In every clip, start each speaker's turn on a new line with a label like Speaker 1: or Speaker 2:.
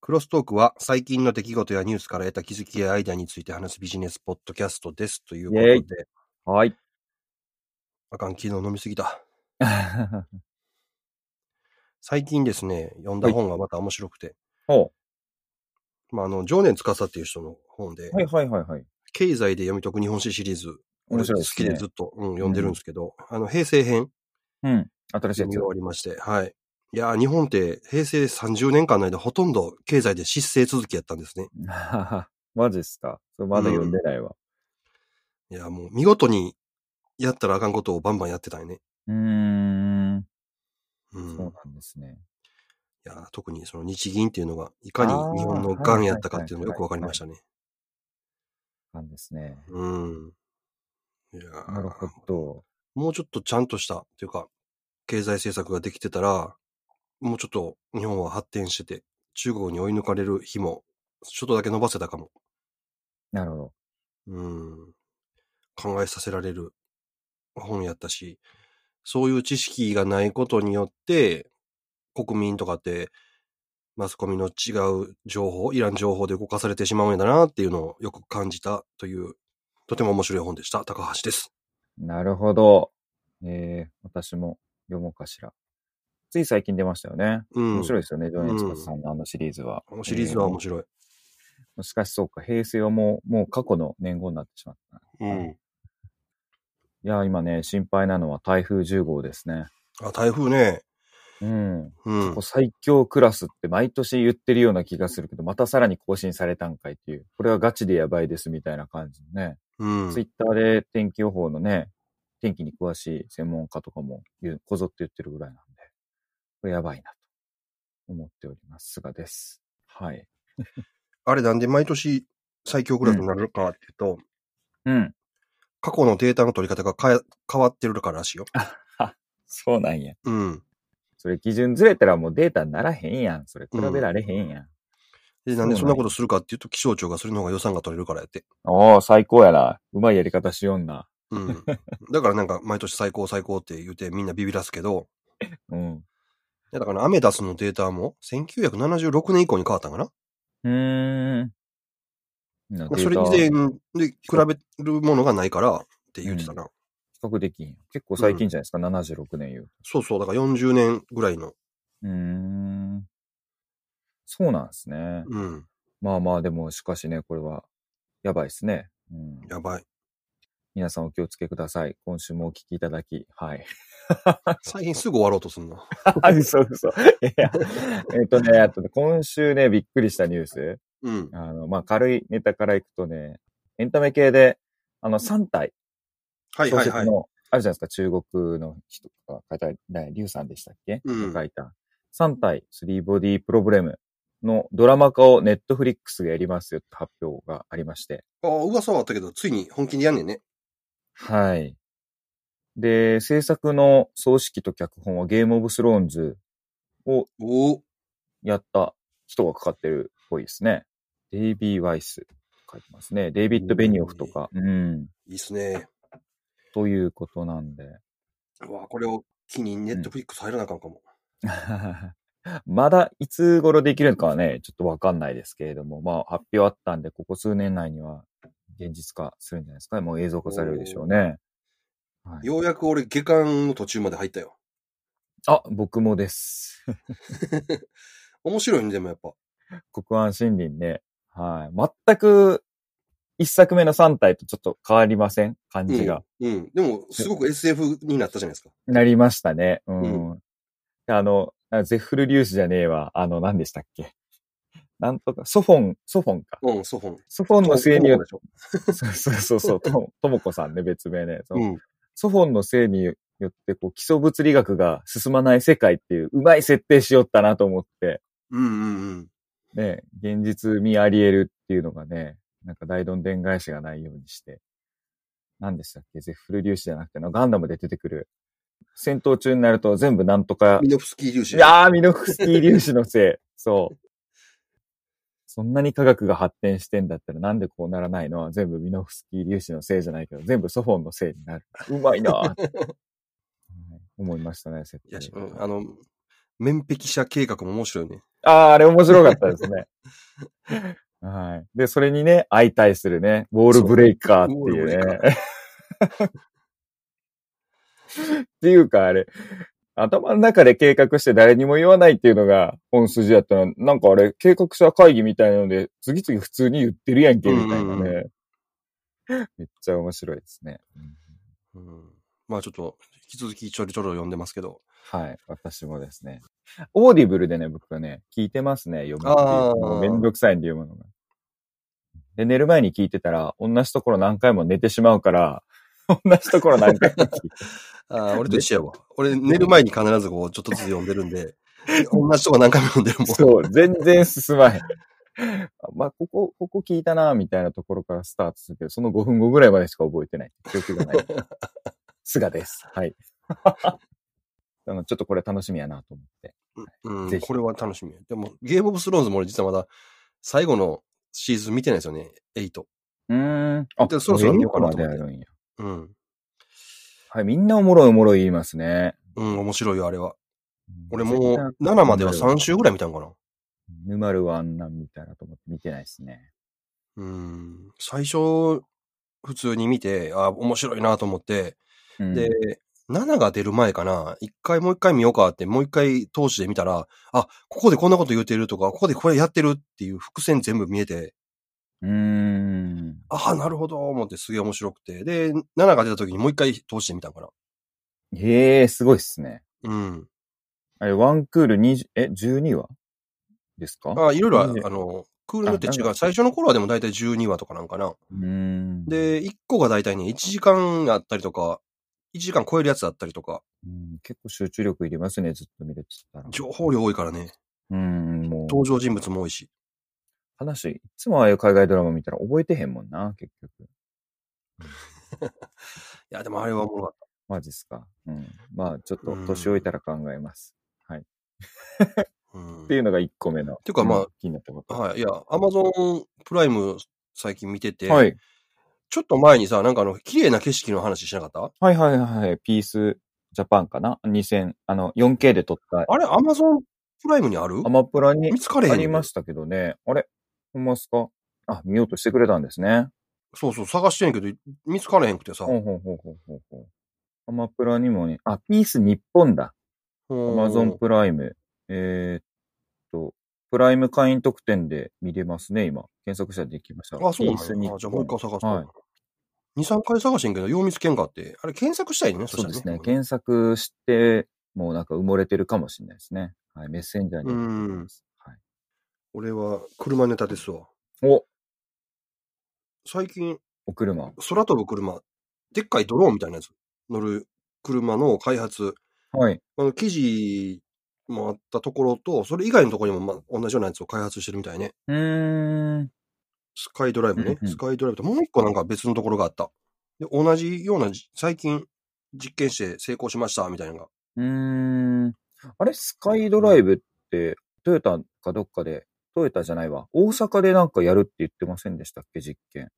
Speaker 1: クロストークは最近の出来事やニュースから得た気づきやアイデアについて話すビジネスポッドキャストです。ということ
Speaker 2: イェ
Speaker 1: で
Speaker 2: イ、はい。
Speaker 1: あかん、昨日飲みすぎた。最近ですね、読んだ本がまた面白くて、
Speaker 2: ほ
Speaker 1: まあ、あの、常年司っていう人の本で、
Speaker 2: うはいはいはいはい。
Speaker 1: 経済で読み解く日本史シリーズ、
Speaker 2: 面白いです、ね。
Speaker 1: 好きでずっと、うん、読んでるんですけど、あの、平成編、
Speaker 2: うん。新し
Speaker 1: 読
Speaker 2: いや
Speaker 1: み
Speaker 2: つ
Speaker 1: 終。わりまして、はい。いやー、日本って平成30年間の間、ほとんど経済で失勢続きやったんですね。
Speaker 2: マジっすかそれまだ読んでないわ。
Speaker 1: いやー、もう見事にやったらあかんことをバンバンやってたんよね。
Speaker 2: うーん。
Speaker 1: う
Speaker 2: そ
Speaker 1: ん。
Speaker 2: うなんですね。
Speaker 1: いやー、特にその日銀っていうのが、いかに日本の癌やったかっていうのがよくわかりましたね。
Speaker 2: なんですね。
Speaker 1: うん。いやー
Speaker 2: なるほど。
Speaker 1: もうちょっとちゃんとした、というか、経済政策ができてたら、もうちょっと日本は発展してて、中国に追い抜かれる日も、ちょっとだけ伸ばせたかも。
Speaker 2: なるほど。
Speaker 1: うん。考えさせられる本やったし、そういう知識がないことによって、国民とかって、マスコミの違う情報、いらん情報で動かされてしまうんだなっていうのをよく感じたという、とても面白い本でした。高橋です。
Speaker 2: なるほど。えー、私も読もうかしら。つい最近出ましたよね。
Speaker 1: うん。
Speaker 2: 面白
Speaker 1: い。
Speaker 2: いですよね、ジョネツカさんのあのシリーズは。
Speaker 1: シリーズは面
Speaker 2: え
Speaker 1: 白い。
Speaker 2: ーしかしそうか、平成はもう、もう過去の年号になってしまった。
Speaker 1: うん。
Speaker 2: いやー、今ね、心配なのは台風10号ですね。
Speaker 1: あ、台風ね。
Speaker 2: うん。
Speaker 1: うん
Speaker 2: こう。最強クラスって毎年言ってるような気がするけど、またさらに更新されたんかいっていう。これはガチでやばいですみたいな感じのね。
Speaker 1: うん。
Speaker 2: ツイッターで天気予報のね、天気に詳しい専門家とかも言う、こぞって言ってるぐらいなんで、これやばいなと思っております。菅です。はい。
Speaker 1: あれなんで毎年最強クラスになるかっていうと、
Speaker 2: うん。
Speaker 1: 過去のデータの取り方が変え変わってるかららしいよ。
Speaker 2: そうなんや。
Speaker 1: うん。
Speaker 2: それ基準ずれたらもうデータにならへんやん。それ比べられへんやん。
Speaker 1: で、なんでそんなことするかっていうと、気象庁がそれの方が予算が取れるからやって。
Speaker 2: おー、最高やな。うまいやり方しよんな。
Speaker 1: うん。 だからなんか、毎年最高最高って言ってみんなビビらすけど、
Speaker 2: う
Speaker 1: い
Speaker 2: ん。
Speaker 1: やだからアメダスのデータも、1976年以降に変わったんかな
Speaker 2: うーん。なんか
Speaker 1: それ以
Speaker 2: デー
Speaker 1: 前
Speaker 2: タ
Speaker 1: で比べるものがないからって言ってたな。
Speaker 2: 比較できん。結構最近じゃないですか、76年言う。
Speaker 1: そうそう、だから40年ぐらいの。
Speaker 2: うーん。そうなんですね。
Speaker 1: うん。
Speaker 2: まあまあ、でも、しかしね、これは、やばいですね。うん、
Speaker 1: や ばい。
Speaker 2: 皆さんお気をつけください。今週もお聞きいただき、はい。
Speaker 1: 最近すぐ終わろうとすんな。
Speaker 2: 嘘嘘。 いや、えっとね、あとね、今週ね、びっくりしたニュース。
Speaker 1: うん。
Speaker 2: あの、まあ、軽いネタからいくとね、エンタメ系で、あの、3体、
Speaker 1: はい
Speaker 2: 小
Speaker 1: はい
Speaker 2: 説の、
Speaker 1: はい。
Speaker 2: あるじゃないですか、中国の人が書いた、ねリュウさんでしたっけ、
Speaker 1: うん
Speaker 2: が書いた、3体、スリーボディープロブレムのドラマ化をネットフリックスがやりますよって発表がありまして、
Speaker 1: ああ、噂はあったけど、ついに本気でやんねんね。
Speaker 2: はい。で、制作の総指揮と脚本はゲームオブスローンズを
Speaker 1: おお。
Speaker 2: やった人がかかってるっぽいですね。デイビー・ワイスって書いてますね。デイビッド・ベニオフとか、うん、
Speaker 1: いいっすね。
Speaker 2: ということなんで。
Speaker 1: うわあ、これを機にネットフリックス入らなあかんかも。
Speaker 2: まだいつ頃できるのかはね、ちょっとわかんないですけれども、まあ発表あったんで、ここ数年内には現実化するんじゃないですか。もう映像化されるでしょうね。はい、
Speaker 1: ようやく俺、下巻の途中まで入ったよ。
Speaker 2: あ、僕もです。
Speaker 1: 面白いね、でもやっぱ。
Speaker 2: 国安森林ね。はい。全く、一作目の3体とちょっと変わりません感じが。
Speaker 1: うん。でも、すごく SF になったじゃないですか。
Speaker 2: なりましたね。うん。あの、あゼッフル粒子じゃねえわ。あの、何でしたっけなんとか、ソフォン、ソフォンか。
Speaker 1: うん、ソフォン。
Speaker 2: ソフォンのせいによっ
Speaker 1: そう
Speaker 2: て、そうそうそうそう、ともともこさんね、別名ね。その
Speaker 1: うん。
Speaker 2: ソフォンのせいによって、こう、基礎物理学が進まない世界っていう、うまい設定しよったなと思って。
Speaker 1: うんうんうん。
Speaker 2: ね、現実味あり得るっていうのがね、なんか大どんでん返しがないようにして。何でしたっけゼッフル粒子じゃなくての、ガンダムで出てくる。戦闘中になると全部なんとか
Speaker 1: ミ、ノフスキー粒
Speaker 2: い
Speaker 1: 子。
Speaker 2: やー、ミノフスキー粒子 のせい。そう。そんなに科学が発展してんだったらなんでこうならないのは全部ミノフスキー粒子のせいじゃないけど、全部ソフォンのせい になる。うまいなーはい思いましたね、設
Speaker 1: いやし
Speaker 2: 定が
Speaker 1: うんあの、面壁者計画も面白いね。
Speaker 2: ああ、あれ面白かったですね。はい。で、それにね、相対す るね、ウォールブレイカーっていう
Speaker 1: そうウォールブ
Speaker 2: ね。っていうか、あれ、頭の中で計画して誰にも言わないっていうのが本筋やったら、なんかあれ、計画者会議みたいなので、次々普通に言ってるやんけ、みたい
Speaker 1: う
Speaker 2: な
Speaker 1: んうん
Speaker 2: ね。 めっちゃ面白いですね。
Speaker 1: うん。まあちょっと、引き続きちょりちょろ読んでますけど。
Speaker 2: はい。私もですね。オーディブルでね、僕はね、聞いてますね、読むって
Speaker 1: あ
Speaker 2: い
Speaker 1: ー
Speaker 2: う。もうめんどくさいんで読むのが。で、寝る前に聞いてたら、同じところ何回も寝てしまうから、 同じところ何回も聞いて。
Speaker 1: ああ、俺と一緒やわ。俺、寝る前に必ずこう、ちょっとずつ読んでるんで、 同じとこ何回も読んでるもん。
Speaker 2: そう、全然進まへん。まあ、ここ、ここ聞いたな、みたいなところからスタートするけど、その5分後ぐらいまでしか覚えてない。記憶 がない。菅です。はい。あのちょっとこれ楽しみやなと思って。
Speaker 1: うん
Speaker 2: ぜひ
Speaker 1: これは楽しみ。でも、ゲームオブスローンズも俺実はまだ最後のシーズン見てないですよね、8。
Speaker 2: うーん。あ
Speaker 1: でそろそろ見ようかなと思って
Speaker 2: これまであるんや
Speaker 1: うん。
Speaker 2: はい、みんなおもろいおもろい言いますね。
Speaker 1: うん、面白いよ、あれは。俺
Speaker 2: 絶
Speaker 1: も
Speaker 2: 対
Speaker 1: う7までは3週ぐらい見たんかな。
Speaker 2: ヌマルはあんなん見たらと思って見てないですね。
Speaker 1: うん。最初、普通に見て、あ面白いなと思って、
Speaker 2: うん
Speaker 1: で、7が出る前かな、一回もう一回見ようかって、もう一回通しで見たら、あ、ここでこんなこと言うてるとか、ここでこれやってるっていう伏線全部見えて、
Speaker 2: うーん。
Speaker 1: ああ、なるほど、思ってすげえ面白くて。で、7が出た時にもう一回通してみたんかな。
Speaker 2: へえ、すごいっすね。
Speaker 1: うん。
Speaker 2: あれ、ワンクール20、え、12話ですか
Speaker 1: あいろいろあ
Speaker 2: いいね、
Speaker 1: あの、クールによって
Speaker 2: あ
Speaker 1: 違
Speaker 2: なん
Speaker 1: う。最初の頃はでも大体12話とかなんかな。
Speaker 2: うーん。
Speaker 1: で、1個が大体ね、1時間あったりとか、1時間超えるやつだったりとか、
Speaker 2: うん、結構集中力いりますね、ずっと見れてたら。
Speaker 1: 情報量多いからね、
Speaker 2: うーん、もう、
Speaker 1: 登場人物も多いし。
Speaker 2: 話、いつもああいう海外ドラマ見たら覚えてへんもんな、結局。
Speaker 1: いや、でもあれはおもろかっ
Speaker 2: マジっすか。うん。まあ、ちょっと、年老いたら考えます。
Speaker 1: た。うん。
Speaker 2: っていうのが1個目の。
Speaker 1: ていうかまあ
Speaker 2: ん気になったこと。
Speaker 1: はい。いや、アマゾンプライム最近見てて、
Speaker 2: はい。
Speaker 1: ちょっと前にさ、なんかあの、綺麗な景色の話しなかった
Speaker 2: はいはいはいはい。ピースジャパンかな ?2000、あの、4K で撮った
Speaker 1: あれ、アマゾンプライムにある
Speaker 2: アマプラに
Speaker 1: 見つかれへん
Speaker 2: あ
Speaker 1: ね
Speaker 2: りましたけどね。あれほんまっすかあ、見ようとしてくれたんですね。
Speaker 1: そうそう、探してんけど、見つかれへんくてさ。
Speaker 2: ほうほうほうほうほうほう。アマプラにもね、あ、ピース日本だ。アマゾンプライム。えーっと、プライム会員特典で見れますね、今。検索したらできました。
Speaker 1: あ、そうなん
Speaker 2: ピース日
Speaker 1: や。あ
Speaker 2: 本。
Speaker 1: じゃあもう一回探そう。
Speaker 2: はい
Speaker 1: 2、3回探してんけど、よう見つけんかって。あれ、検索したいね。
Speaker 2: そうですね。
Speaker 1: 検
Speaker 2: 検索して、もうなんか埋もれてるかもしれないですね。はい。メッセンジャーにも出てきます。はい。
Speaker 1: 俺は車ネタですわ。
Speaker 2: お、
Speaker 1: 最近、
Speaker 2: お車。
Speaker 1: 空飛ぶ車、でっかいドローンみたいなやつ乗る車の開発、
Speaker 2: はい。
Speaker 1: あの記事もあったところと、それ以外のところにも、まあ、同じようなやつを開発してるみたいね。
Speaker 2: うーん。
Speaker 1: スカイドライブね
Speaker 2: うん。うん
Speaker 1: スカイドライブと、もう一個なんか別のところがあった。で、同じようなじ、最近実験して成功しました、みたいなのが。
Speaker 2: うーん。あれ、スカイドライブって、トヨタかどっかで、トヨタじゃないわ。大阪でなんかやるって言ってませんでしたっけ、実験。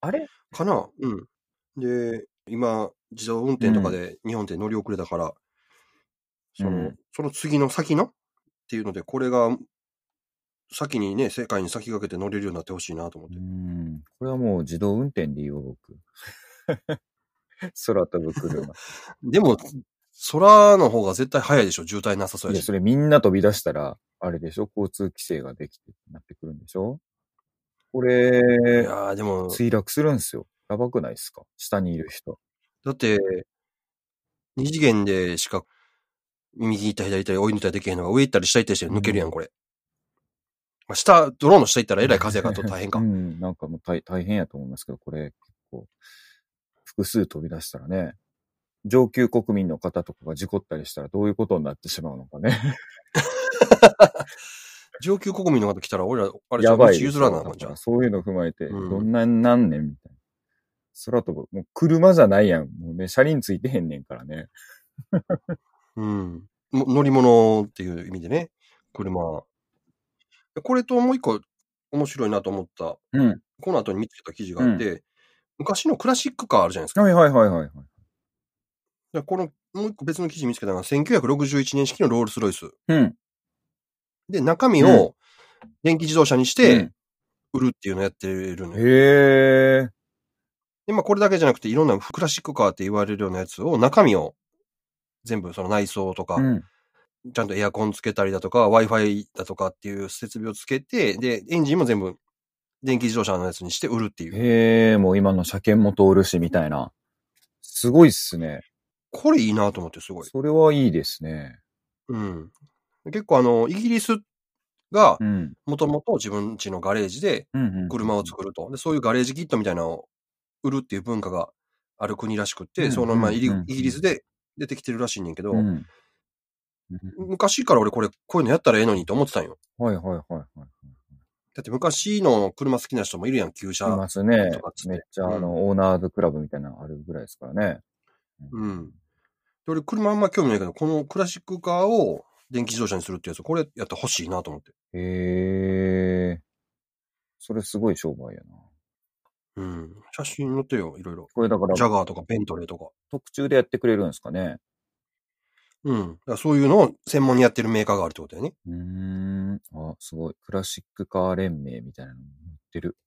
Speaker 2: あれ
Speaker 1: かなうん。で、今、自動運転とかで日本って乗り遅れたから、その、
Speaker 2: うん
Speaker 1: その次の先のっていうので、これが、先にね、世界に先駆けて乗れるようになってほしいなと思っ
Speaker 2: う
Speaker 1: て。
Speaker 2: ーん。これはもう自動運転で言おう、 僕。空飛ぶ車。
Speaker 1: でも、空の方が絶対早いでしょ渋滞なさそう
Speaker 2: い
Speaker 1: や
Speaker 2: や、
Speaker 1: し。
Speaker 2: それみんな飛び出したら、あれでしょ交通規制ができて、なってくるんでしょこ
Speaker 1: い
Speaker 2: れ、
Speaker 1: やー、でも、
Speaker 2: 墜落するんすよ。やばくないですか下にいる人。
Speaker 1: だって、二次元でしか、右行った左行ったり追い抜いたりできへんのが、上行ったり下行ったりして抜けるやん、これ。まあ、下、ドローンの下行ったらえらい風がと大変か
Speaker 2: う。ん、なんかもう大大変やと思いますけど、これ結構、複数飛び出したらね、上級国民の方とかが事故ったりしたらどういうことになってしまうのかね。
Speaker 1: 上級国民の方来たら、俺ら、あれじゃ
Speaker 2: や
Speaker 1: ん、
Speaker 2: ば
Speaker 1: 道
Speaker 2: いです
Speaker 1: 譲らなあかんじゃん
Speaker 2: だから。そういうの踏まえて、
Speaker 1: うん
Speaker 2: どんな何年みたいな。空飛ぶ。もう車じゃないやん。もうね、車輪ついてへんねんからね。
Speaker 1: うん。も乗り物っていう意味でね、車。これともう一個面白いなと思った、
Speaker 2: うん。
Speaker 1: この後に見つけた記事があって、昔のクラシックカーあるじゃないですか。
Speaker 2: はいはいはいはいはい。
Speaker 1: でこのもう一個別の記事見つけたのが、1961年式のロールスロイス。
Speaker 2: うん。
Speaker 1: で、中身
Speaker 2: うん
Speaker 1: を電気自動車にし
Speaker 2: う
Speaker 1: て
Speaker 2: ん
Speaker 1: 売るっていうのをやってるのよ。
Speaker 2: へえ。
Speaker 1: で、まあこれだけじゃなくて、いろんなクラシックカーって言われるようなやつを、中身を全部その内装とか、
Speaker 2: うん。
Speaker 1: ちゃんとエアコンつけたりだとか、Wi-Fi だとかっていう設備をつけて、で、エンジンも全部電気自動車のやつにして売るっていう。
Speaker 2: へえ、もう今の車検も通るし、みたいな。すごいっすね。
Speaker 1: これいいなと思って、すごい。
Speaker 2: それはいいですね。
Speaker 1: うん。結構あの、イギリスが
Speaker 2: う、ん。
Speaker 1: もともと自分家のガレージで
Speaker 2: うん、うん。
Speaker 1: 車を作ると。で、そういうガレージキットみたいなのを売るっていう文化がある国らしくっ
Speaker 2: う
Speaker 1: て、
Speaker 2: ん
Speaker 1: その、まあ、
Speaker 2: うん
Speaker 1: イリ
Speaker 2: うん
Speaker 1: イギリスで出てきてるらしいねんけど
Speaker 2: う、ん。
Speaker 1: 昔から俺これ、こういうのやったらええのにと思ってたんよ。
Speaker 2: はいはいはいはい。
Speaker 1: だって昔の車好きな人もいるやん、旧
Speaker 2: い
Speaker 1: 車
Speaker 2: ま。すね
Speaker 1: とかっつっ。て
Speaker 2: めっちゃ、
Speaker 1: うん
Speaker 2: あの、オーナーズクラブみたいなのあるぐらいですからね。
Speaker 1: うん。で俺、車あんま興味ないけど、このクラシックカーを電気自動車にするってやつ、これやってほしいなと思って。
Speaker 2: へえ。それすごい商売や
Speaker 1: う
Speaker 2: な。
Speaker 1: ん。写真載ってよ、いろいろ。
Speaker 2: これだから
Speaker 1: ジ、ャガーとかベントレーとか。
Speaker 2: 特注でやってくれるんですかね。
Speaker 1: うん。だからそういうのを専門にやってるメーカーがあるってことだよね。
Speaker 2: うーん。あ、すごい。クラシックカー連盟みたいなのも言ってる。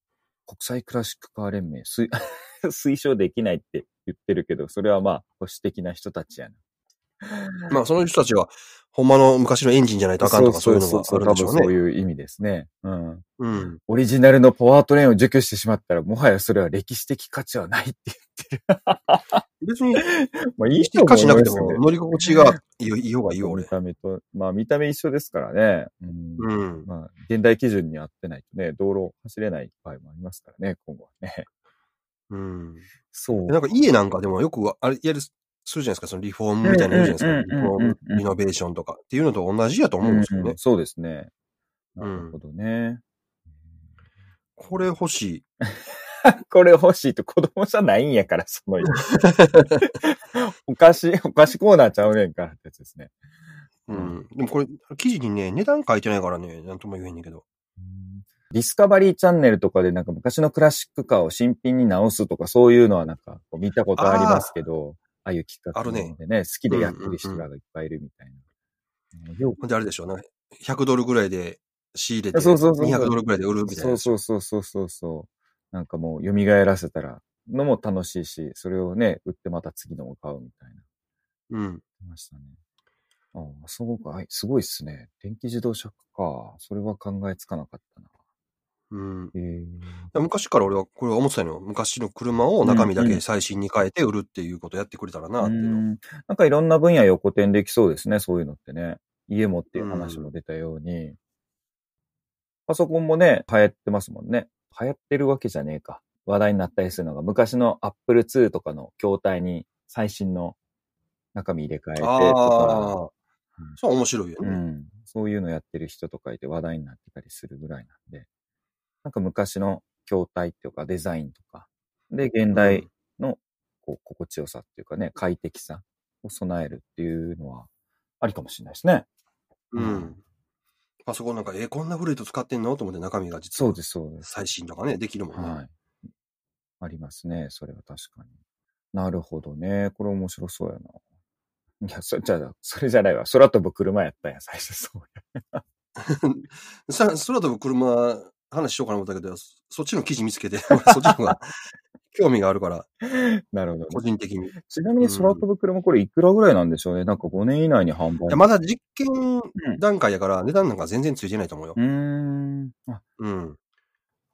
Speaker 2: 国際クラシックカー連盟、推 推奨できないって言ってるけど、それはまあ、保守的な人たちやな。
Speaker 1: まあ、その人たちは、ほんまの昔のエンジンじゃないとあかんとか、そういうのがある
Speaker 2: 多
Speaker 1: でしょ
Speaker 2: 分
Speaker 1: う
Speaker 2: そう
Speaker 1: ね。
Speaker 2: いう意味ですね。うん。
Speaker 1: うん。
Speaker 2: オリジナルのパワートレーンを除去してしまったら、もはやそれは歴史的価値はないって
Speaker 1: 別に、
Speaker 2: いう。まあ、い
Speaker 1: 意
Speaker 2: い
Speaker 1: 識化しなくても
Speaker 2: ね、
Speaker 1: 乗り心地がいいよいい方がいいよ、
Speaker 2: 見
Speaker 1: 俺。
Speaker 2: た目と、まあ見た目一緒ですからね。うん。
Speaker 1: うん。
Speaker 2: まあ、現代基準に合ってないとね、道路を走れない場合もありますからね、今後はね。
Speaker 1: うん。
Speaker 2: そう
Speaker 1: なんか家なんかでもよくあれやる、するじゃないですか、そのリフォームみたいなのやるじゃないですか。
Speaker 2: う
Speaker 1: リ
Speaker 2: んう
Speaker 1: フォ
Speaker 2: んうんうんうん
Speaker 1: ーム、リノベーションとかっていうのと同じやと思うんですよね。
Speaker 2: そうですね。
Speaker 1: う
Speaker 2: なんるほどね。
Speaker 1: これ欲しい。
Speaker 2: これ欲しいと子供じゃないんやから、その お菓子、お菓子コーナーちゃうねんからってやつですね。
Speaker 1: う
Speaker 2: うんん。
Speaker 1: でもこれ、記事にね、値段書いてないからね、なんとも言えんねんけど。
Speaker 2: ディスカバリーチャンネルとかでなんか昔のクラシックカーを新品に直すとかそういうのはなんかこう見たことありますけど、ああいう企画でね、好きでやってる人らがいっぱいいるみたいな。よう
Speaker 1: ほんであれでしょうね。100ドルぐらいで仕入れて、
Speaker 2: そうそうそうそう
Speaker 1: 200ドルぐらいで売るみたいな
Speaker 2: そう
Speaker 1: やつ。
Speaker 2: そうそうそうそうそう。なんかもう蘇らせたらのも楽しいし、それをね、売ってまた次のを買うみたいな。
Speaker 1: うん。
Speaker 2: ましたね。ああ、そうか。はいすごいっすね。電気自動車か。それは考えつかなかったな。
Speaker 1: うん。
Speaker 2: ええ
Speaker 1: 昔から俺はこれは思ってたのよ。昔の車を中身だけ最新に変えて売るっていうことやってくれたらな、っ
Speaker 2: う
Speaker 1: ていうの。
Speaker 2: んなんかいろんな分野横転できそうですね、そういうのってね。家もっていう話も出たように。パソコンもね、流行ってますもんね。流行ってるわけじゃねえか。話題になったりするのが、昔の Apple II とかの筐体に最新の中身入れ替えてとか、
Speaker 1: ああ。そう、面白いよ
Speaker 2: う
Speaker 1: ね。
Speaker 2: ん、そういうのやってる人とかいて話題になってたりするぐらいなんで、なんか昔の筐体っていうかデザインとか、で、現代のこう心地よさっていうかね、快適さを備えるっていうのはありかもしれないですね。
Speaker 1: うん。パソコンなんか、え、こんな古いと使ってんのと思って中身が実
Speaker 2: そ
Speaker 1: は
Speaker 2: うです、そうです。
Speaker 1: 最新とかね、できるもんね。
Speaker 2: はい。ありますね、それは確かに。なるほどね。これ面白そうやな。いや、そ、じゃあ、それじゃないわ。空飛ぶ車やったんや、最初そうや。
Speaker 1: さ、空飛ぶ車、話しようかな思ったけど、そそっちの記事見つけて、 俺そっちの方が興味があるから、
Speaker 2: なるほどね、
Speaker 1: 個人的に。い
Speaker 2: ちなみに空飛ぶ車、これいくらぐらいなんでしょうね。なんか5年以内に販売。
Speaker 1: やまだ実験段階やから、値段なんか全然ついてないと思うよ
Speaker 2: う。ーん。あ、
Speaker 1: うん。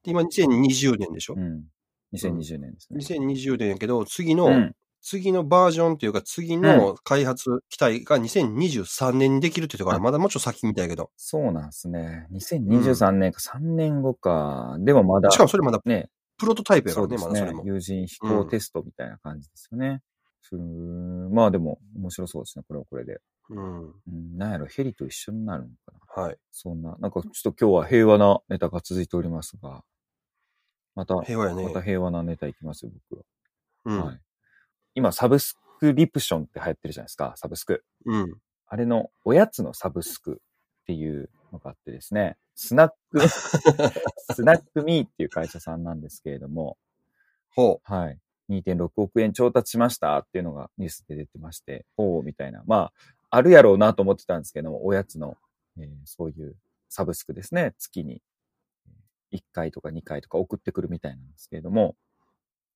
Speaker 1: で今、2020年でしょ
Speaker 2: うん。2020年ですね。
Speaker 1: 2020年やけど、次
Speaker 2: う
Speaker 1: の、
Speaker 2: ん。
Speaker 1: 次のバージョンというか、次の開発期待が2023年にできるってところは、まだもうちょっと先みたいやけど。
Speaker 2: そうなんですね。2023年か、3年後か。でもまだ、
Speaker 1: しかもそれまだ
Speaker 2: ね、
Speaker 1: プロトタイプやか
Speaker 2: そ
Speaker 1: ら
Speaker 2: うで
Speaker 1: ね、ますだそれ
Speaker 2: ね
Speaker 1: も。。
Speaker 2: 有人飛行テストみたいな感じですよね。ふーんまあでも、面白そうですね。これはこれで。
Speaker 1: うん。
Speaker 2: うん、なんやろ、ヘリと一緒になるのかな。
Speaker 1: はい。
Speaker 2: そんな、なんかちょっと今日は平和なネタが続いておりますが、また、
Speaker 1: 平和やね
Speaker 2: ま。た平和なネタいきますよ、僕は。
Speaker 1: うん。
Speaker 2: はい、今、サブスクリプションって流行ってるじゃないですか、サブスク。
Speaker 1: うん。
Speaker 2: あれのおやつのサブスクっていうのがあってですね、スナッ ク、スナックミーっていう会社さんなんですけれども、
Speaker 1: ほ
Speaker 2: はい。 2.6億円調達しましたっていうのがニュースで出てまして、ほう、みたいな。まあ、あるやろうなと思ってたんですけど、おやつの、えーそういうサブスクですね。月に1回とか2回とか送ってくるみたいなんですけれども。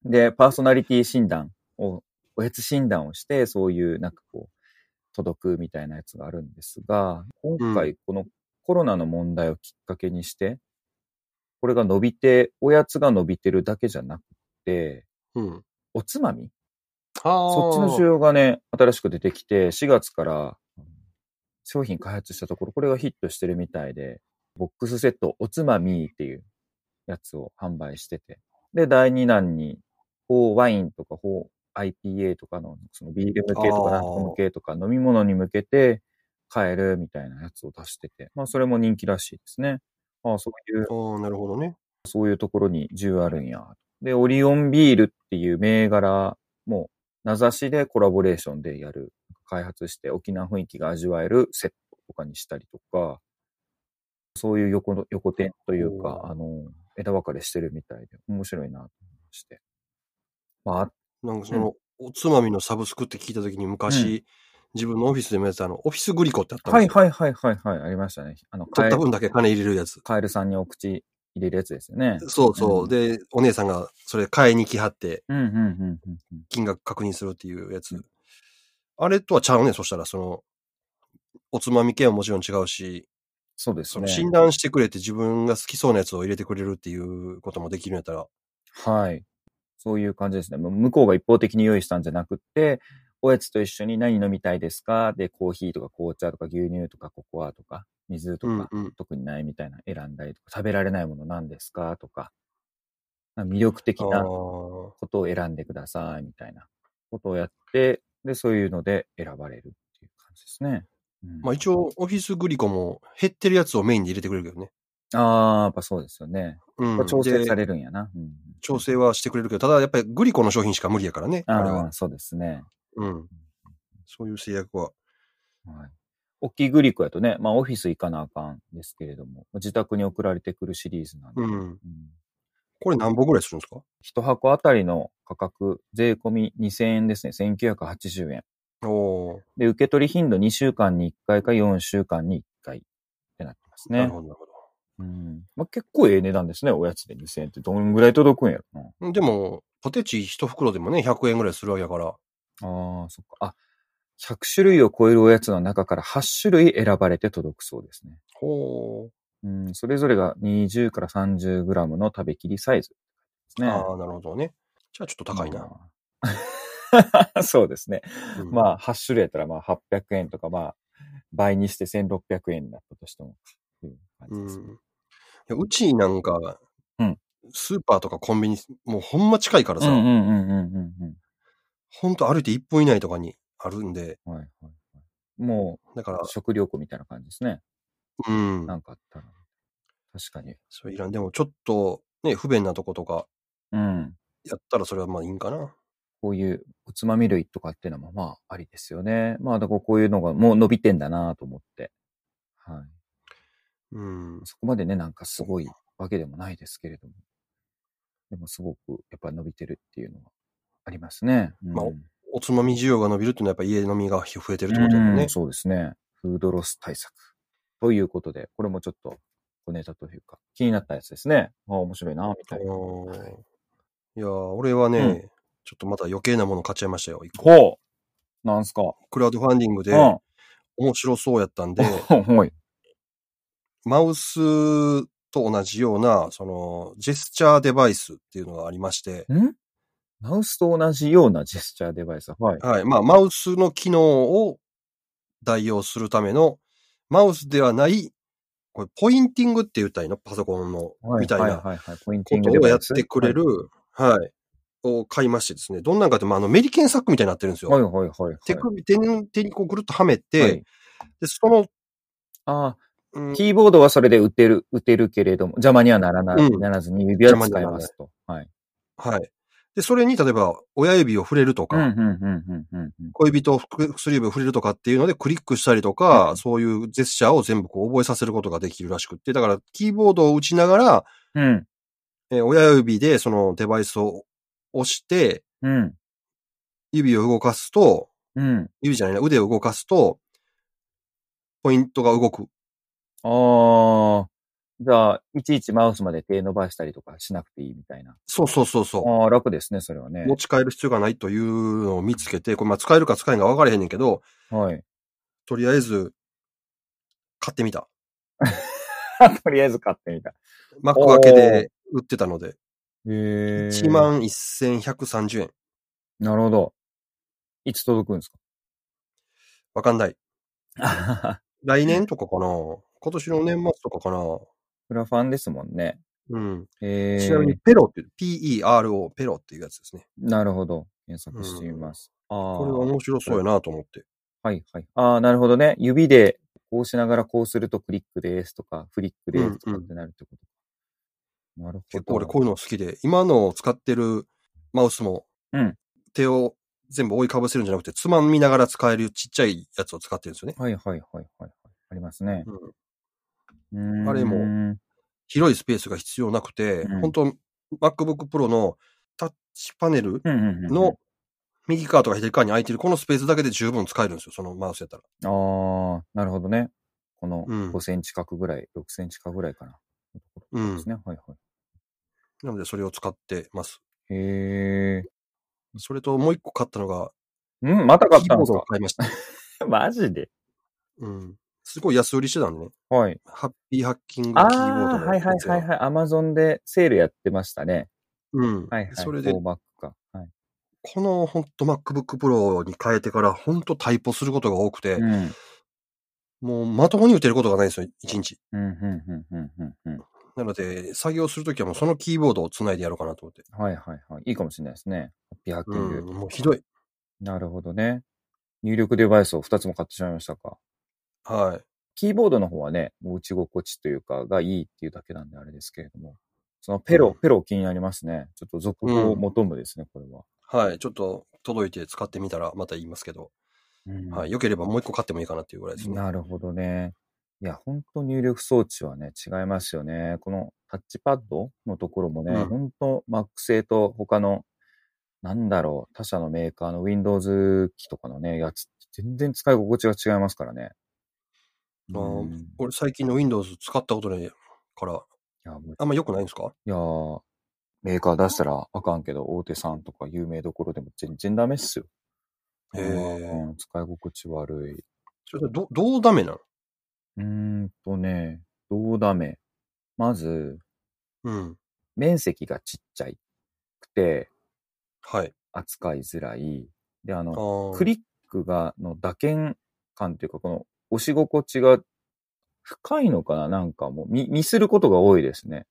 Speaker 2: で、パーソナリティ診断を、おやつ診断をして、そういうなんかこう、届くみたいなやつがあるんですが、今回このコロナの問題をきっかけにして、これが伸びて、おやつが伸びてるだけじゃなくて、
Speaker 1: うん。
Speaker 2: おつまみ
Speaker 1: ああ。
Speaker 2: そっちの需要がね、新しく出てきて、4月からうん商品開発したところ、これがヒットしてるみたいで、ボックスセットおつまみっていうやつを販売してて。で、第2弾に、ほうワインとか、ほう IPA とかの、そのビール向けと
Speaker 1: あ
Speaker 2: か、
Speaker 1: ー
Speaker 2: なんとか向けとか、飲み物に向けて買えるみたいなやつを出してて。まあ、それも人気らしいですね。ああ、そういう
Speaker 1: ああ、なるほどね。
Speaker 2: そういうところに10あるんや。で、オリオンビールっていう銘柄も名指しでコラボレーションでやる。開発して沖縄雰囲気が味わえるセットとかにしたりとか、そういう横の、横転というか、
Speaker 1: おー
Speaker 2: あの、枝分かれしてるみたいで面白いなと思いまして。まあ、
Speaker 1: なんかその、おつまみのサブスクって聞いたときに昔、
Speaker 2: う
Speaker 1: 自分のオフィスでもやってたあの、オフィスグリコってあったん
Speaker 2: は
Speaker 1: です
Speaker 2: い
Speaker 1: よ。
Speaker 2: はいはいはいはい、ありましたね。あの、カ
Speaker 1: 取
Speaker 2: エ
Speaker 1: った分だけ金入れるやつ。
Speaker 2: カエルさんにお口入れるやつですよね。
Speaker 1: そうそう。
Speaker 2: うん
Speaker 1: で、お姉さんがそれ買いに来はって、
Speaker 2: うんうんうんうんうん。
Speaker 1: 金額確認するっていうやつ。
Speaker 2: うん
Speaker 1: あれとはちゃうね。そしたら、その、おつまみ系はもちろん違うし、
Speaker 2: そうです
Speaker 1: そ
Speaker 2: ね
Speaker 1: の。診断してくれて自分が好きそうなやつを入れてくれるっていうこともできるんやったら、
Speaker 2: はい。そういう感じですね。もう向こうが一方的に用意したんじゃなくって、おやつと一緒に何飲みたいですかで、コーヒーとか紅茶とか牛乳とかココアとか水と
Speaker 1: う
Speaker 2: か、
Speaker 1: んうん。
Speaker 2: 特にないみたいな選んだりとか、食べられないもの何ですかとか、まあ魅力的
Speaker 1: あ
Speaker 2: な
Speaker 1: ー
Speaker 2: ことを選んでくださいみたいなことをやって、で、そういうので選ばれるっていう感じですね。うん
Speaker 1: まあ一応、オフィスグリコも減ってるやつをメインで入れてくれるけどね。
Speaker 2: ああ、やっぱそうですよね。
Speaker 1: うん。
Speaker 2: 調整
Speaker 1: で
Speaker 2: されるんやな。うん、
Speaker 1: 調整はしてくれるけど、ただやっぱりグリコの商品しか無理やからね、あれ
Speaker 2: あ
Speaker 1: は。
Speaker 2: あ、そうですね。
Speaker 1: うん。そういう制約は。
Speaker 2: はい。大きいグリコやとね、まあオフィス行かなあかんですけれども、自宅に送られてくるシリーズなんで、
Speaker 1: う
Speaker 2: うん
Speaker 1: ん。これ何本ぐらいするんですか
Speaker 2: 一箱あたりの価格、税込み2000円ですね、1980円。
Speaker 1: おー
Speaker 2: で、受け取り頻度2週間に1回か4週間に1回ってなってます
Speaker 1: な
Speaker 2: ね
Speaker 1: る。ほど、なるほ
Speaker 2: うんまあ、結構ええ値段ですね、おやつで2000円って。どんぐらい届くんやろ
Speaker 1: ど。
Speaker 2: な。
Speaker 1: でも、ポテチ一袋でもね、100円ぐらいするわけやから。
Speaker 2: ああ、そっか。あ、100種類を超えるおやつの中から8種類選ばれて届くそうですね。
Speaker 1: ほ
Speaker 2: うん、それぞれが20から30グラムの食べきりサイズです
Speaker 1: う。
Speaker 2: ね。
Speaker 1: ああ、なるほどね。じゃあちょっと高いな。
Speaker 2: な。 そうですね。
Speaker 1: うん
Speaker 2: まあ、8種類やったら、まあ、800円とか、まあ、倍にして1600円だったとしても、っていう感
Speaker 1: う
Speaker 2: じ
Speaker 1: ん。
Speaker 2: ですね。
Speaker 1: いやうちなんか
Speaker 2: うん、
Speaker 1: スーパーとかコンビニ、もうほんま近いから
Speaker 2: うんうん
Speaker 1: さ、
Speaker 2: うんうんうん
Speaker 1: ほんと歩いて1分以内とかにあるんで、
Speaker 2: うん。はいはいはい。も
Speaker 1: だから
Speaker 2: う、、食料庫みたいな感じですね。
Speaker 1: うん。
Speaker 2: なんかあったら。確かに。
Speaker 1: それいらん。でもちょっと、ね、不便なとことか、
Speaker 2: うん。
Speaker 1: やったらそれはまあいいんかな。
Speaker 2: こういうおつまみ類とかっていうのも、まあ、ありですよね。まあ、だからこういうのがもう伸びてんだなと思って。はい。
Speaker 1: うん。
Speaker 2: そこまでね、なんかすごいわけでもないですけれども。でもすごくやっぱ伸びてるっていうのはありますね。うん
Speaker 1: まあおつまみ需要が伸びるっていうのはやっぱ家飲みが増えてるってことだもん
Speaker 2: う
Speaker 1: ね
Speaker 2: ん。そうですね。フードロス対策。ということで、これもちょっと小ネタというか、気になったやつですね。ああ、面白いな、みたいな。
Speaker 1: おーいやー、俺はね、
Speaker 2: うん
Speaker 1: ちょっとまた余計なもの買っちゃいましたよ。一個
Speaker 2: ほうなんすか
Speaker 1: クラウドファンディングで
Speaker 2: うん。 は
Speaker 1: 面白そうやったんで、
Speaker 2: い。
Speaker 1: マウスと同じような、その、ジェスチャーデバイスっていうのがありまして、
Speaker 2: んマウスと同じようなジェスチャーデバイス。はい。
Speaker 1: はい。まあ、マウスの機能を代用するための、マウスではない、これ、ポインティングって言ったらいいのパソコンの、
Speaker 2: は
Speaker 1: みたいな
Speaker 2: はいはいはい。ポインティ
Speaker 1: こ
Speaker 2: ン
Speaker 1: と
Speaker 2: グデ
Speaker 1: を
Speaker 2: バイ
Speaker 1: やっ
Speaker 2: ス
Speaker 1: てくれる、はい、を買いましてですね、どんなんかって、まあ、あの、メリケンサックみたいになってるんですよ。
Speaker 2: はいはいはいはいはい。
Speaker 1: 手首、手に、手にこうぐるっとはめて、
Speaker 2: はい
Speaker 1: で、その、
Speaker 2: ああ、
Speaker 1: うん
Speaker 2: キーボードはそれで打てる、打てるけれども、邪魔にはならな,、
Speaker 1: うん
Speaker 2: ならずに指は使いますと。はい。
Speaker 1: はい。で、それに、例えば、親指を触れると
Speaker 2: うん、う
Speaker 1: か、
Speaker 2: ん、うん、うん、うん。
Speaker 1: 恋人を薬指を触れるとかっていうので、クリックしたりとか、
Speaker 2: うん
Speaker 1: そういうジェスチャーを全部こう覚えさせることができるらしくって、だから、キーボードを打ちながら、
Speaker 2: うん。
Speaker 1: えー親指でそのデバイスを押して、
Speaker 2: うん。
Speaker 1: 指を動かすと、
Speaker 2: うん。
Speaker 1: 指じゃないな、腕を動かすと、ポイントが動く。
Speaker 2: ああ。じゃあ、いちいちマウスまで手伸ばしたりとかしなくていいみたいな。
Speaker 1: そうそうそうそ
Speaker 2: ああ、楽ですね、それはね
Speaker 1: う。。持ち帰る必要がないというのを見つけて、これまあ使えるか使えんか分からへんねんけど、
Speaker 2: はい。
Speaker 1: とりあえず、買ってみた。
Speaker 2: とりあえず買ってみた。
Speaker 1: 幕開けで売ってたので、
Speaker 2: へえ。
Speaker 1: 1。万1130円。
Speaker 2: なるほど。いつ届くんです
Speaker 1: わかんない。
Speaker 2: か
Speaker 1: 来年とかかな今年の年末とかかな
Speaker 2: クラファンですもんね。
Speaker 1: うん。
Speaker 2: ええ。
Speaker 1: ちなみに、ペロっていう、P-E-R-O、ペロっていうやつですね。
Speaker 2: なるほど。検索してみます。ああ。
Speaker 1: これは面白そうやなと思って。
Speaker 2: はいはい。ああ、なるほどね。指でこうしながらこうするとクリックですとか、フリックですとかってなるってことか。なるほど。
Speaker 1: 結構俺こういうの好きで、今の使ってるマウスも、
Speaker 2: うん
Speaker 1: 手を全部覆いかぶせるんじゃなくて、つまみながら使えるちっちゃいやつを使ってるんですよね。
Speaker 2: はいはいはいはいはい。ありますね。
Speaker 1: うん
Speaker 2: うーん
Speaker 1: あれも。広いスペースが必要なくて、
Speaker 2: うん
Speaker 1: 本当 MacBook Pro のタッチパネル
Speaker 2: うんうんうんうん
Speaker 1: の、右側とか左側に空いてるこのスペースだけで十分使えるんですよ、そのマウスやったら。
Speaker 2: ああ、なるほどね。この
Speaker 1: うん
Speaker 2: 5センチ角ぐらい、6センチ角ぐらいかな。
Speaker 1: う
Speaker 2: で
Speaker 1: ん
Speaker 2: す。ね。はいはい。
Speaker 1: なのでそれを使ってます。
Speaker 2: へえ。
Speaker 1: それともう一個買ったのが、
Speaker 2: うんまた買ったんです
Speaker 1: キーボードを買いました。
Speaker 2: か マジで
Speaker 1: うん。すごい安売りしてたんでね。
Speaker 2: はい。
Speaker 1: ハッピーハッキングキ
Speaker 2: あ
Speaker 1: ー
Speaker 2: あ
Speaker 1: ボード
Speaker 2: ー、
Speaker 1: の
Speaker 2: はいは
Speaker 1: や
Speaker 2: い
Speaker 1: つが
Speaker 2: はいはい。アマゾンでセールやってましたね。
Speaker 1: うん。
Speaker 2: はいはい。
Speaker 1: それで
Speaker 2: フォ、ーバックか。はい。
Speaker 1: この本当 MacBook Pro に変えてから本当タイプすることが多くて、
Speaker 2: うん。
Speaker 1: もうまともに打てることがないんですよ、一日。
Speaker 2: うん、うん、うん、うん、うん。うん
Speaker 1: なので、作業するときはもうそのキーボードをつないでやろうかなと思って。
Speaker 2: はいはいはい。いいかもしれないですね。ハッピーハッキング。
Speaker 1: うん、もうひどい。
Speaker 2: なるほどね。入力デバイスを2つも買ってしまいましたか。
Speaker 1: はい。
Speaker 2: キーボードの方はね、もう打ち心地というか、がいいっていうだけなんであれですけれども。そのペロ、
Speaker 1: うん
Speaker 2: ペロ気になりますね。ちょっと続報を求むですね、これは。
Speaker 1: はい。ちょっと届いて使ってみたらまた言いますけど、
Speaker 2: うん
Speaker 1: はい。良ければもう一個買ってもいいかなっていうぐらいですね。
Speaker 2: なるほどね。いや、本当入力装置はね、違いますよね。このタッチパッドのところもね、
Speaker 1: うん
Speaker 2: 本当 Mac 製と他の、なんだろう、他社のメーカーの Windows 機とかのね、やつ、全然使い心地が違いますからね。
Speaker 1: あー
Speaker 2: うんい
Speaker 1: 俺最近の Windows 使ったことないから、
Speaker 2: や、もう
Speaker 1: あんま良くないんですか
Speaker 2: いやーメーカー出したらあかんけど、大手さんとか有名どころでも全然ダメっすよ。
Speaker 1: へー
Speaker 2: うん使い心地悪い。
Speaker 1: それど、どうダメなの
Speaker 2: うーんとね、どうダメ。まず、
Speaker 1: うん。
Speaker 2: 面積がちっちゃいくて、
Speaker 1: はい。
Speaker 2: 扱いづらい。で、あ
Speaker 1: あ
Speaker 2: の、
Speaker 1: ー
Speaker 2: クリックが、の打鍵感というか、この押し心地が深いのかななんかもう、ミミスることが多いですね。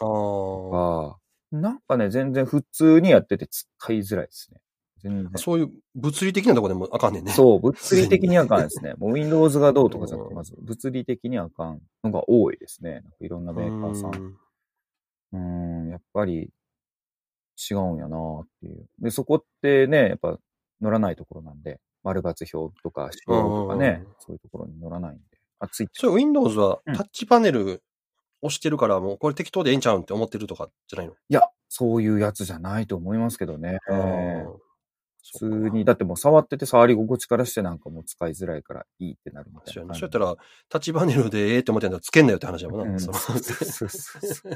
Speaker 1: あー
Speaker 2: ああ。なんかね、全然普通にやってて使いづらいですね。全然。
Speaker 1: そういう物理的なとこでもあかんねんね。
Speaker 2: そう、物理的にあかんで すね。もう Windows がどうとかじゃなくて、まず物理的にあかんのが多いですね。なんかいろんなメーカーさん。
Speaker 1: うん
Speaker 2: うーん、やっぱり違うんやなあっていう。で、そこってね、やっぱ乗らないところなんで、丸×表とか、仕様とか
Speaker 1: うんうん
Speaker 2: ね
Speaker 1: うん、
Speaker 2: そういうところに乗らないんで。あ、つい
Speaker 1: それ Windows は
Speaker 2: うん
Speaker 1: タッチパネル押してるから、もうこれ適当でええんちゃうんって思ってるとかじゃないの
Speaker 2: いや、そういうやつじゃないと思いますけどね。
Speaker 1: あー
Speaker 2: 普通に、だってもう触ってて触り心地からしてなんかもう使いづらいからいいってなるみたい
Speaker 1: そうや
Speaker 2: な感
Speaker 1: な
Speaker 2: じ。
Speaker 1: そうやったら、タッチパネルでええって思ってんだらつけんなよって話だもんな。
Speaker 2: うん
Speaker 1: その
Speaker 2: そうそうそうそう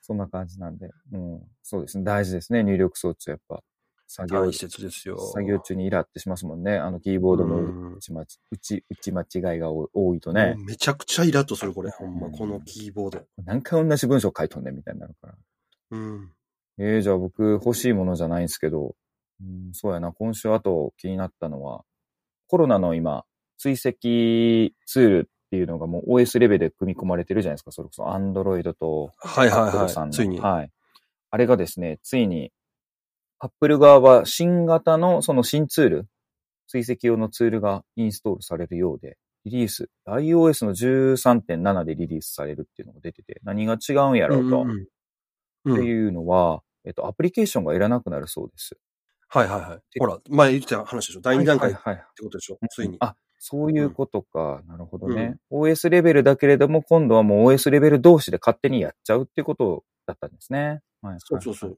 Speaker 2: そんな感じなんで、うん、そうですね。大事ですね。入力装置はやっぱ。作業
Speaker 1: 大切ですよ。
Speaker 2: 作業中にイラってしますもんね。あのキーボード
Speaker 1: うん
Speaker 2: の打ちまち、打ち、打ち間違いが多い多いとね
Speaker 1: も、うめちゃくちゃイラッとする、これ。ほんま、
Speaker 2: うん
Speaker 1: このキーボード。
Speaker 2: 何回同じ文章書いとんねんみたいになるから。
Speaker 1: うん。
Speaker 2: えー、じゃあ僕欲しいものじゃないんですけど、うん、そうやな。今週あと気になったのは、コロナの今、追跡ツールっていうのがもう OS レベルで組み込まれてるじゃないですか。それこそ Android と
Speaker 1: はいはい
Speaker 2: Apple さ
Speaker 1: は
Speaker 2: ん
Speaker 1: い。
Speaker 2: の
Speaker 1: ついに。
Speaker 2: はい。あれがですね、ついに、アップル側は新型のその新ツール、追跡用のツールがインストールされるようで、リリース、iOS の13.7でリリースされるっていうのが出てて、何が違うんやろうと、
Speaker 1: うんうんう
Speaker 2: っ
Speaker 1: ん
Speaker 2: て
Speaker 1: うん
Speaker 2: いうのは、えっと、アプリケーションがいらなくなるそうです。
Speaker 1: はいはいはい。ほら、前言ってた話でしょ。第2段階っ
Speaker 2: はいはいはい
Speaker 1: てことでしょ。ついに。
Speaker 2: あ、そういうことか。なるほどね、OS レベルだけれども、今度はもう OS レベル同士で勝手にやっちゃうってことだったんですね。はいはいはい
Speaker 1: そうそうそう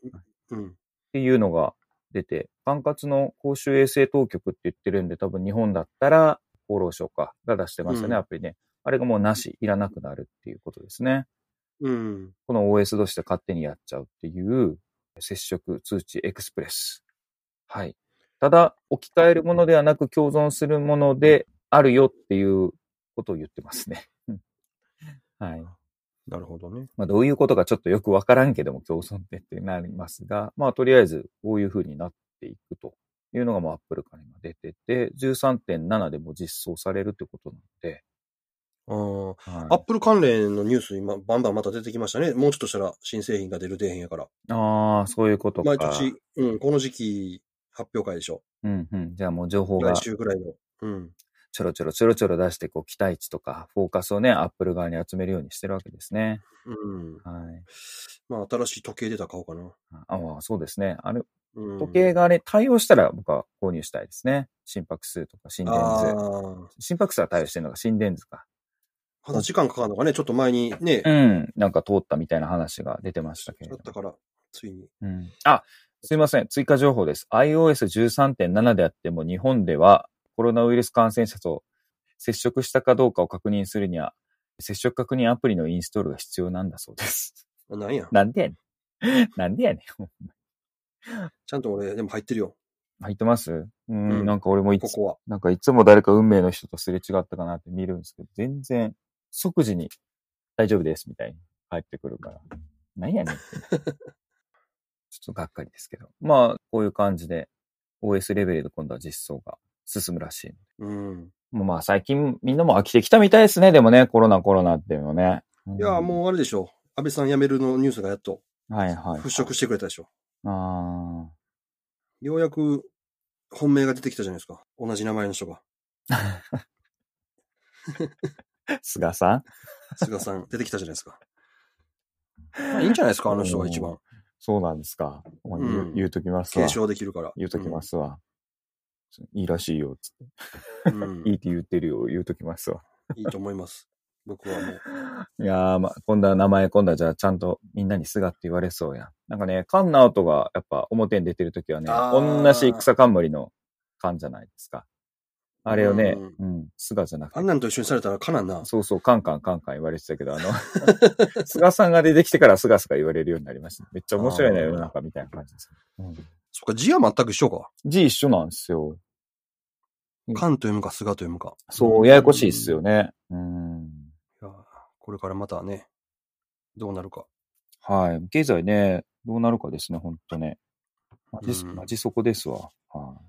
Speaker 1: うん。
Speaker 2: ってっていうのが出て、管轄の公衆衛生当局って言ってるんで、多分日本だったら厚労省かが出してましたね、
Speaker 1: うん
Speaker 2: アプリね。あれがもうなし、いらなくなるっていうことですね。
Speaker 1: うん。
Speaker 2: この OS 同士で勝手にやっちゃうっていう、接触通知エクスプレス。はい。ただ、置き換えるものではなく共存するものであるよっていうことを言ってますね。うんはい。
Speaker 1: なるほどね。
Speaker 2: まあ、どういうことかちょっとよくわからんけども、共存ってってなりますが、まあ、とりあえず、こういう風になっていくというのが、まあ、Apple から今出てて、13.7でも実装されるってことなので、
Speaker 1: あー
Speaker 2: はい
Speaker 1: アップル関連のニュース今、バンバンまた出てきましたね。もうちょっとしたら新製品が出る出へんやから。
Speaker 2: ああ、そういうことか。
Speaker 1: 毎年、うん、この時期発表会でしょ。
Speaker 2: うんうん。じゃあもう情報が
Speaker 1: 来週ぐらいの。うん。
Speaker 2: ちょろちょろちょろちょろ出して、こう、期待値とか、フォーカスをね、Apple 側に集めるようにしてるわけですね。
Speaker 1: うん。
Speaker 2: はい。
Speaker 1: まあ、新しい時計出たら買おうかな。
Speaker 2: ああ、そうですね。あれ、
Speaker 1: うん、
Speaker 2: 時計があれ、対応したら僕は購入したいですね。心拍数とか心電
Speaker 1: あ
Speaker 2: 図。
Speaker 1: あ。
Speaker 2: 心拍数は対応してるのが心電図か。
Speaker 1: まだ時間かかるのがね、ちょっと前にね、
Speaker 2: うん。なんか通ったみたいな話が出てましたけれ
Speaker 1: だ
Speaker 2: ど
Speaker 1: っ。たから、ついに。
Speaker 2: うん、あ、すいません。追加情報です。iOS13.7 であっても日本ではコロナウイルス感染者と接触したかどうかを確認するには、接触確認アプリのインストールが必要なんだそうです。
Speaker 1: なんや。
Speaker 2: なんでやねん。なんでやねん。
Speaker 1: ちゃんと俺、でも入ってるよ。
Speaker 2: 入ってますうん、
Speaker 1: うん
Speaker 2: なんか俺もい
Speaker 1: こ
Speaker 2: つ、
Speaker 1: こは。
Speaker 2: なんかいつも誰か運命の人とすれ違ったかなって見るんですけど、全然即時に大丈夫ですみたいに入ってくるから。なんやねんって。ちょっとがっかりですけど。まあ、こういう感じで OS レベルで今度は実装が進むらしい。
Speaker 1: うん。
Speaker 2: もうまあ最近みんなも飽きてきたみたいですね。でもね、コロナコロナっていうのね。
Speaker 1: いや、もうあれでしょ。安倍さん辞めるのニュースがやっと
Speaker 2: うん。はいはい。
Speaker 1: 払拭してくれたでしょ。
Speaker 2: あ
Speaker 1: ようやく本命が出てきたじゃないですか。同じ名前の人が。
Speaker 2: あ。菅さん
Speaker 1: 菅 さん出てきたじゃないですか。まあいいんじゃないですか、あの人が一
Speaker 2: う
Speaker 1: 番。
Speaker 2: そうなんですか。まあ言う
Speaker 1: うん
Speaker 2: 言うときますわ
Speaker 1: 継。承できるから。。
Speaker 2: 言うときますすわ。いいらしいよ、つって。
Speaker 1: うん、
Speaker 2: いいって言ってるよ、言うときますわ。
Speaker 1: いいと思います。僕はもう。
Speaker 2: いやー、まあ、今度は名前、今度はじゃあちゃんとみんなにすがって言われそうやん。なんかね、カンナオトがやっぱ表に出てるときはね、
Speaker 1: あー
Speaker 2: 同じ草冠の缶じゃないですか。あれをね、うん、す、が、じゃな
Speaker 1: あ
Speaker 2: く
Speaker 1: ん
Speaker 2: て。
Speaker 1: なんと一緒にされたらかなんな。
Speaker 2: そうそう、カンカンカンカン言われてたけど、 あの、菅さんが出てきてからすがすが言われるようになりました。めっちゃ面白いね、
Speaker 1: あー
Speaker 2: 世の中みたいな感じです。うん
Speaker 1: そっか、字は全く一緒か。
Speaker 2: 字一緒なんですよ。
Speaker 1: 菅と読むか、菅と読むか。
Speaker 2: そう、ややこしいっすよね。うん。
Speaker 1: いや。これからまたね、どうなるか。
Speaker 2: はい。経済ね、どうなるかですね、ほんとね。マジ,、
Speaker 1: うん
Speaker 2: マジそこですわ。はい。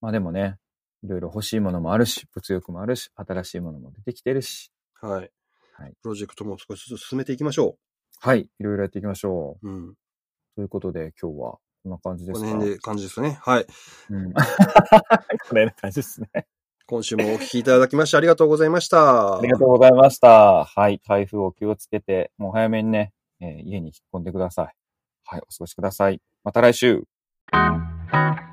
Speaker 2: まあでもね、いろいろ欲しいものもあるし、物欲もあるし、新しいものも出てきてるし。
Speaker 1: はい。
Speaker 2: はい
Speaker 1: プロジェクトも少しずつ進めていきましょ
Speaker 2: はい。いろいろやっていきましょ
Speaker 1: う。
Speaker 2: う。
Speaker 1: うん。
Speaker 2: ということで、今日はこんな感じで
Speaker 1: こ
Speaker 2: す
Speaker 1: の
Speaker 2: か
Speaker 1: 辺で感じですね。はい。
Speaker 2: うん。こんな感じですね。
Speaker 1: 今週もお聞きいただきましてありがとうございました。
Speaker 2: ありがとうございました。はい。台風お気をつけて、もう早めにね、えー家に引っ込んでください。はい。お過ごしください。また来週。
Speaker 1: う。